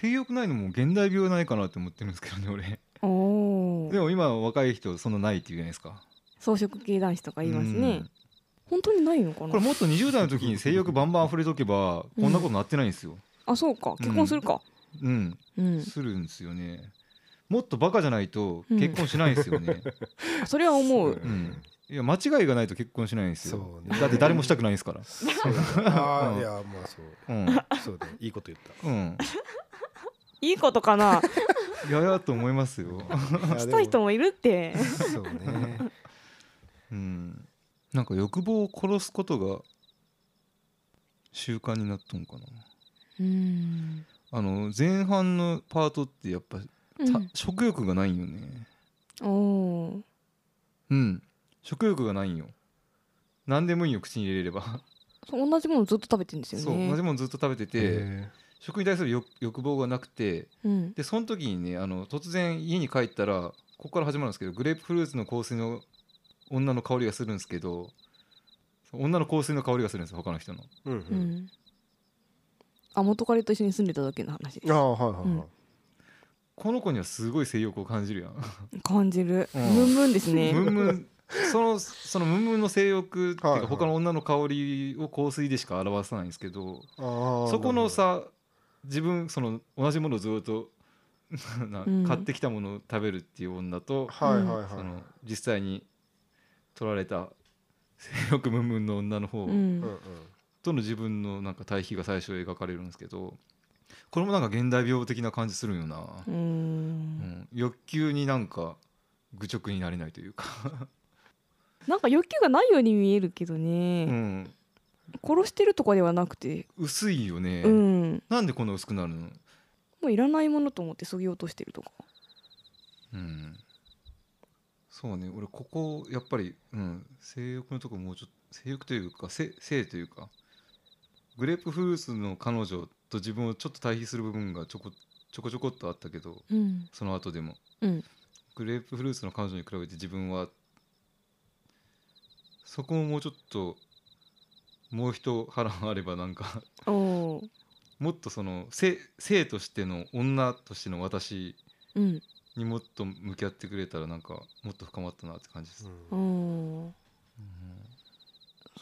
性欲ないのも現代病ないかなって思ってるんですけどね俺
お
でも今は若い人そんなないって言うじゃないですか
草食系男子とか
あ
言いますね本当にないのか
これ
な
もっと20代の時に性欲バンバン溢れとけば
うん
こんなことなってないんですよ
あそうか結婚するか
うん、
うん、
するんですよねもっとバカじゃないと
うん
結婚しないんですよ ね、
それは思
う
う
んいや間違いがないと結婚しないんですよ
そうね
だって誰もしたくないんです から
そうだあ
うん
ーいやまあそう
うん、
そうだねいいこと言っ
うん、
いいことか な
いやいやと思いますよ
た
したい人
も
もいるって
そうね
うん、なんか欲望を殺すことが習慣になっとんかな
うん
あの前半のパートってやっぱ、た
うん
食欲がないんよね
おー
うん食欲がないんよ何でもいいよ口に入れれれば
そう同じものずっと食べてるんですよ
そう
ね
同じものずっと食べてて
え
食に対する欲欲望がなくて
うん
でその時にねあの突然家に帰ったらここから始まるんですけどグレープフルーツの香水の女の香りがするんですけど女の香水の香りがするんですよ他の人の
うん
う
うん
んあ元彼と一緒に住んでた時の話です
ああはいはいは
う
い
この子にはすごい性欲を感じるやん
感じる
う
ム
ん
ンムンですね
ムンムンそのそのムンムンの性欲ってい
は
う
いは
か
い
他の女の香りを香水でしか表さないんですけど
ああ
そこのさ自分その同じものをずっと な
うん
買ってきたものを食べるっていう女と
はいはいはい
その実際に取られた性欲ムンムンの女の方
うん
うんうん
との自分のなんか対比が最初描かれるんですけどこれもなんか現代病的な感じするんよな、
う
うんん欲求になんか愚直になれないというか、
なんか欲求がないように見えるけど
う
ね
ん、
殺してるとかではなくて
薄いよね、
うん
なんでこんな薄くなるの、
もういらないものと思って削ぎ落としてるとか
うん、そうね俺ここやっぱり、うん、性欲のとこもうちょっと性欲というかせ性というかグレープフルーツの彼女と自分をちょっと対比する部分がちょこちょこちょこっとあったけど
うん
その後でも
うん
グレープフルーツの彼女に比べて自分はそこももうちょっともう一腹あればなんか
おおー
もっとその性性としての女としての私
うん
にもっと向き合ってくれたらなんかもっと深まったなって感じです。
お
うん
ー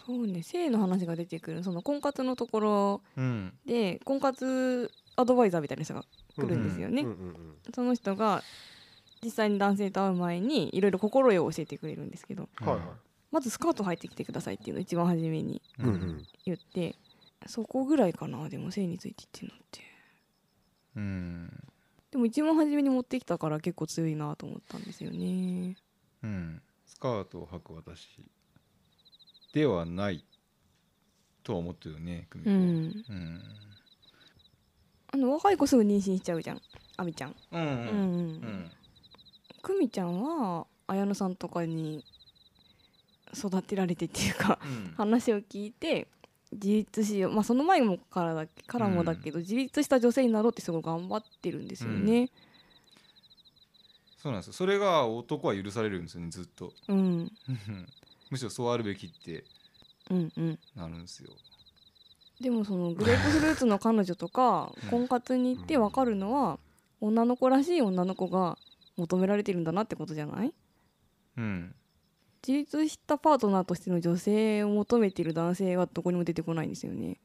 そうね性の話が出てくるその婚活のところ
うん
で婚活アドバイザーみたいな人が来るんですよね
うんうんうん
その人が実際に男性と会う前にいろいろ心得を教えてくれるんですけど
はいはい
まずスカート履いてきてくださいっていうのを一番初めに
うんうん
言ってそこぐらいかなでも性について言ってんのって
うん
でも一番初めに持ってきたから結構強いなと思ったんですよね
うん、スカートを履く私ではないとは思ってるよね久美
う
子は
ん
うん
あの若い子すぐ妊娠しちゃうじゃんあみちゃん
うんう
うん
んう
うん
ん
久美ちゃんは綾乃さんとかに育てられてっていうか話を聞いて自立しよう、まあ、その前もからだけからもだけど、自立した女性になろうってすごい頑張ってるんですよね。
そうなんですよそれが男は許されるんですよねずっと
うん、
うんむしろそうあるべきって
うん、うん
なるんですよ
でもそのグレープフルーツの彼女とか
うん
婚活に行って分かるのは女の子らしい女の子が求められてるんだなってことじゃない
うん
自立したパートナーとしての女性を求めてる男性はどこにも出てこないんですよね。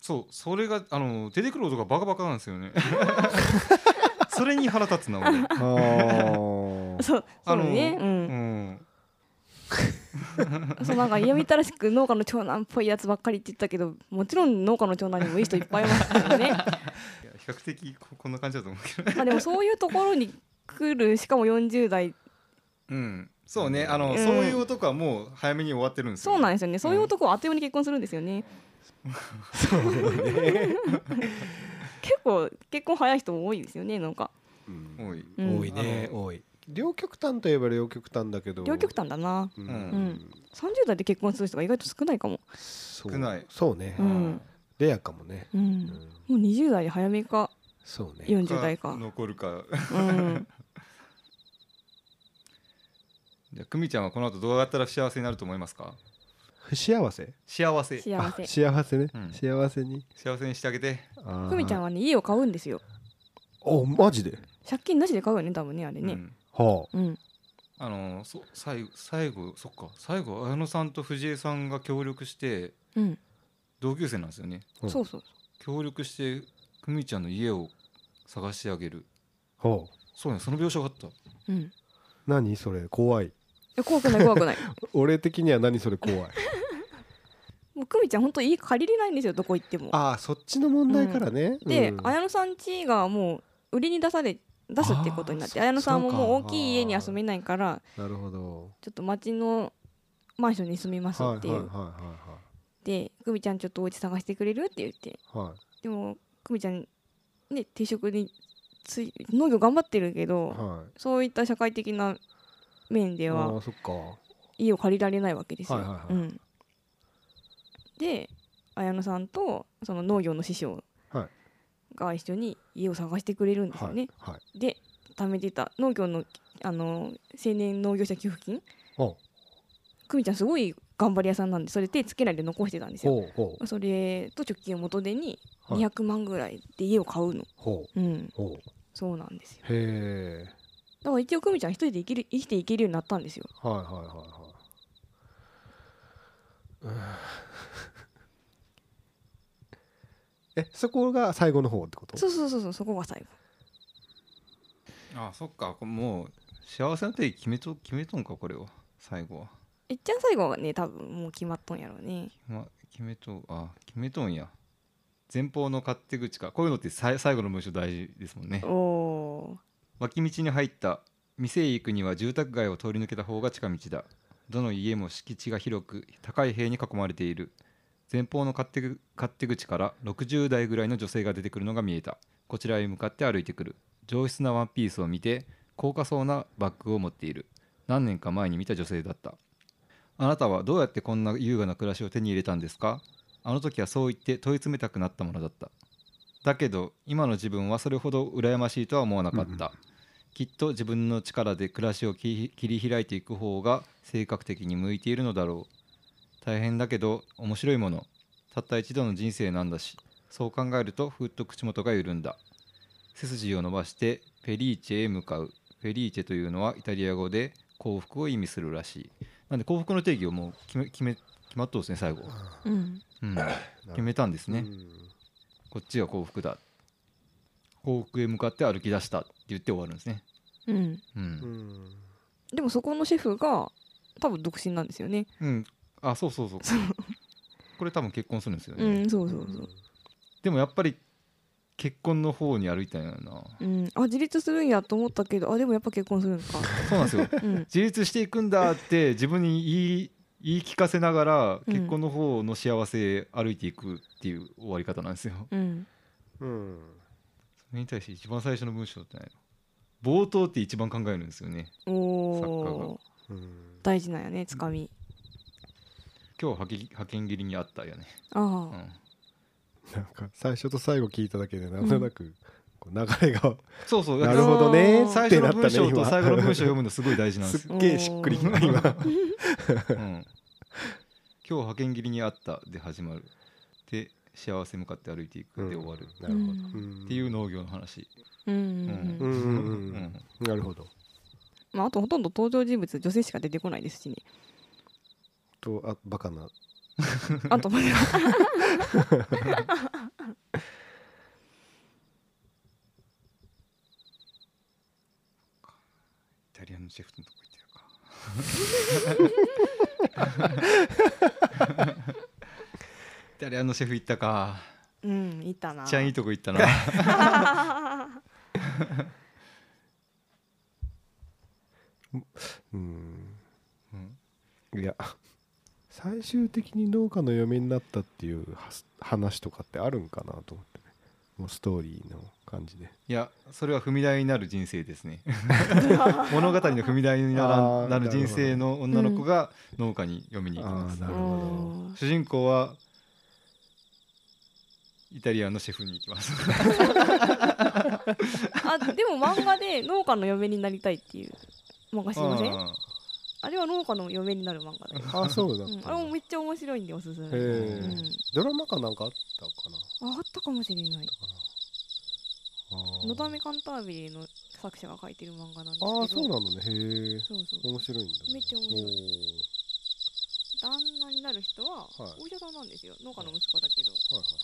そうそれがあの出てくる音がバカバカなんですよね それに腹立つな俺
あー
そうそ
あ
う
の
ね、う、
うんん
そうなんか嫌みたらしく農家の長男っぽいやつばっかりって言ったけどもちろん農家の長男にもいい人いっぱいいますか らね
いや比較的ここんな感じだと思うけど
まあでもそういうところに来るしかも40代
うんそうねあ
う
の
ん
そういう男はもう早めに終わってるんですよ
そうなんですよねそういう男はあっという間に結婚するんですよね、結構結婚早い人も多いですよねなんか
うん
多い
うん
多いね
あの
多い両極端といえば両極端だけど
両極端だな
うん
ん30代で結婚する人が意外と少ないかも
そう
少ない
そうね
うん
レアかもね
うん、
うん
もう20代で早めか
そうね
40代か
残るか
うん
じゃあ久美ちゃんはこの後どうやったら幸せになると思いますか
不幸せ
幸せ
幸せ
あ幸せね
うん
幸せに
幸せにしてあげて
ふみちゃん
は
はね家を買うんですよ
おマジで
借金なしで買うよね多分ねあれ
う
ね
ん
はあ
うん
あのそ最後最後そっか最後綾乃さんと藤江さんが協力して
うん、
同級生なんですよね
うん
そうそう
協力して久美ちゃんの家を探してあげる
はあ
そうねその描写があった
うんい
何それ怖い
や怖くない怖く ない
俺的には何それ怖い
もう久美ちゃん本当家借りれないんですよどこ行っても。
ああそっちの問題からね
で、
うん
綾乃さん家がもう売りに出され出すってことになって
あー
綾乃さんも
そうか
もう大きい家には住めないから
なるほど
ちょっと町のマンションに住みます
はい
っていう、
はいはいは
で久美ちゃんちょっとお家探してくれるって言って
いはい
でも久美ちゃんね定職につい農業頑張ってるけど、
は
そういった社会的な面
い
で
あ
は
ーそっか
家を借りられないわけですよ。
はいはいはい
うん、で綾乃さんとその農業の師匠
はい
が一緒に家を探してくれるんですよ
は
ね
い。はい
で貯めてた農業のあの青年農業者給付金
ほう
久美ちゃんすごい頑張り屋さんなんでそれ手つけないで残してたんですよ。
ほうほう
それと貯金を元手に
はい
200万ぐらいで家を買うの、
ほう
うん
ほう
そうなんですよ
へえ
だから一応久美ちゃん一人で生きる生きていけるようになったんですよ
はいはいはいはいうん えそこが最後の方ってこと
そうそうそうそうそこが最後
あそっかもう幸せな定義決めと決めとんかこれは最後は、
えっちゃん最後はね多分もう決まっとんやろうね
ま、決めとあ決めとんや前方の勝手口かこういうのってさい最後の文章大事ですもんね
おお
脇道に入った店へ行くには住宅街を通り抜けた方が近道だどの家も敷地が広く高い塀に囲まれている前方の勝手ぐ勝手口から60代ぐらいの女性が出てくるのが見えたこちらへ向かって歩いてくる上質なワンピースを見て高価そうなバッグを持っている何年か前に見た女性だったあなたはどうやってこんな優雅な暮らしを手に入れたんですかあの時はそう言って問い詰めたくなったものだっただけど今の自分はそれほど羨ましいとは思わなかった、
うん
きっと自分の力で暮らしを切り切り開いていく方が性格的に向いているのだろう大変だけど面白いものたった一度の人生なんだしそう考えるとふっと口元が緩んだ背筋を伸ばしてフェリーチェへ向かうフェリーチェというのはイタリア語で幸福を意味するらしいなんで幸福の定義をもう決め決め決まっとうですね最後、
うん
うん、決めたんですね、こっちが幸福だ幸福へ向かって歩き出したって言って終わるんですね、
うん
う
うんん
でもそこのシェフが多分独身なんですよね
うん、あそうそうそうこれ多分結婚するんですよね、
うんそううんそうそう
でもやっぱり結婚の方に歩いたんやな
うんあ自立するんやと思ったけどあでもやっぱ結婚するん か
そうなんですよ
うん
自立していくんだって自分に言い言い聞かせながら
うん
結婚の方の幸せへ歩いていくっていう終わり方なんですよ、
うん
うん
それに対して一番最初の文章ってないの冒頭って一番考えるんですよね
お
作家
お
うん
大事なんやねつかみ
今日派遣派遣切りにあったよね、
あ
う
あ
ん、
なんか最初と最後聞いただけでなんとなくこう流れが
そうそう
なるほどね
あー
っ
最
て
初
な
の
った
文
ね
章と最後の文章を読
む
むのすごい大事なんです
す
よ。
っげえしっくりきた今
うん、今日派遣切りにあったで始まるで幸せ向かって歩いていくで終わる、
なる
う
ほど
ん
ん
っていう農業の話。
う
う
ん
んう
う
ん
ん
ん
うんなるほど
まああとほとんど登場人物女性しか出てこないです しね
とあバカな
あ と
イタリアのシェフのとこ行ってやるか。イタリアのシェフ行ったか。
うんいたな
ちゃんいいとこ行ったな。
うん
うん
いや最終的に農家の嫁になったっていうはす話とかってあるんかなと思ってねもうストーリーの感じで
いやそれは踏み台になる人生ですね物語の踏み台にな
あ
ら
ー
なる人生の女の子が農家に読みに行き
あ
ま
あ
す
なるほ
おー
主人公はイタリアのシェフに行きます
あでも漫画で農家の嫁になりたいっていう漫画知りませんあ
あー
れは農家の嫁になる漫画だよ、
どあそうだっ
うん
たん、だ
あれもめっちゃ面白いんでおすすめ、
へ
う
え
ん、
ドラマかなんかあったかな
ああったかもしれない「の
だ
だめカンタービレ」の作者が書いてる漫画なんですけど
ああそうなのねへえ
そうそう
面白いんだね
めっちゃ面白
い
旦那になる人は
はい
お医者さんなんですよ、農家の息子だけど
はいはい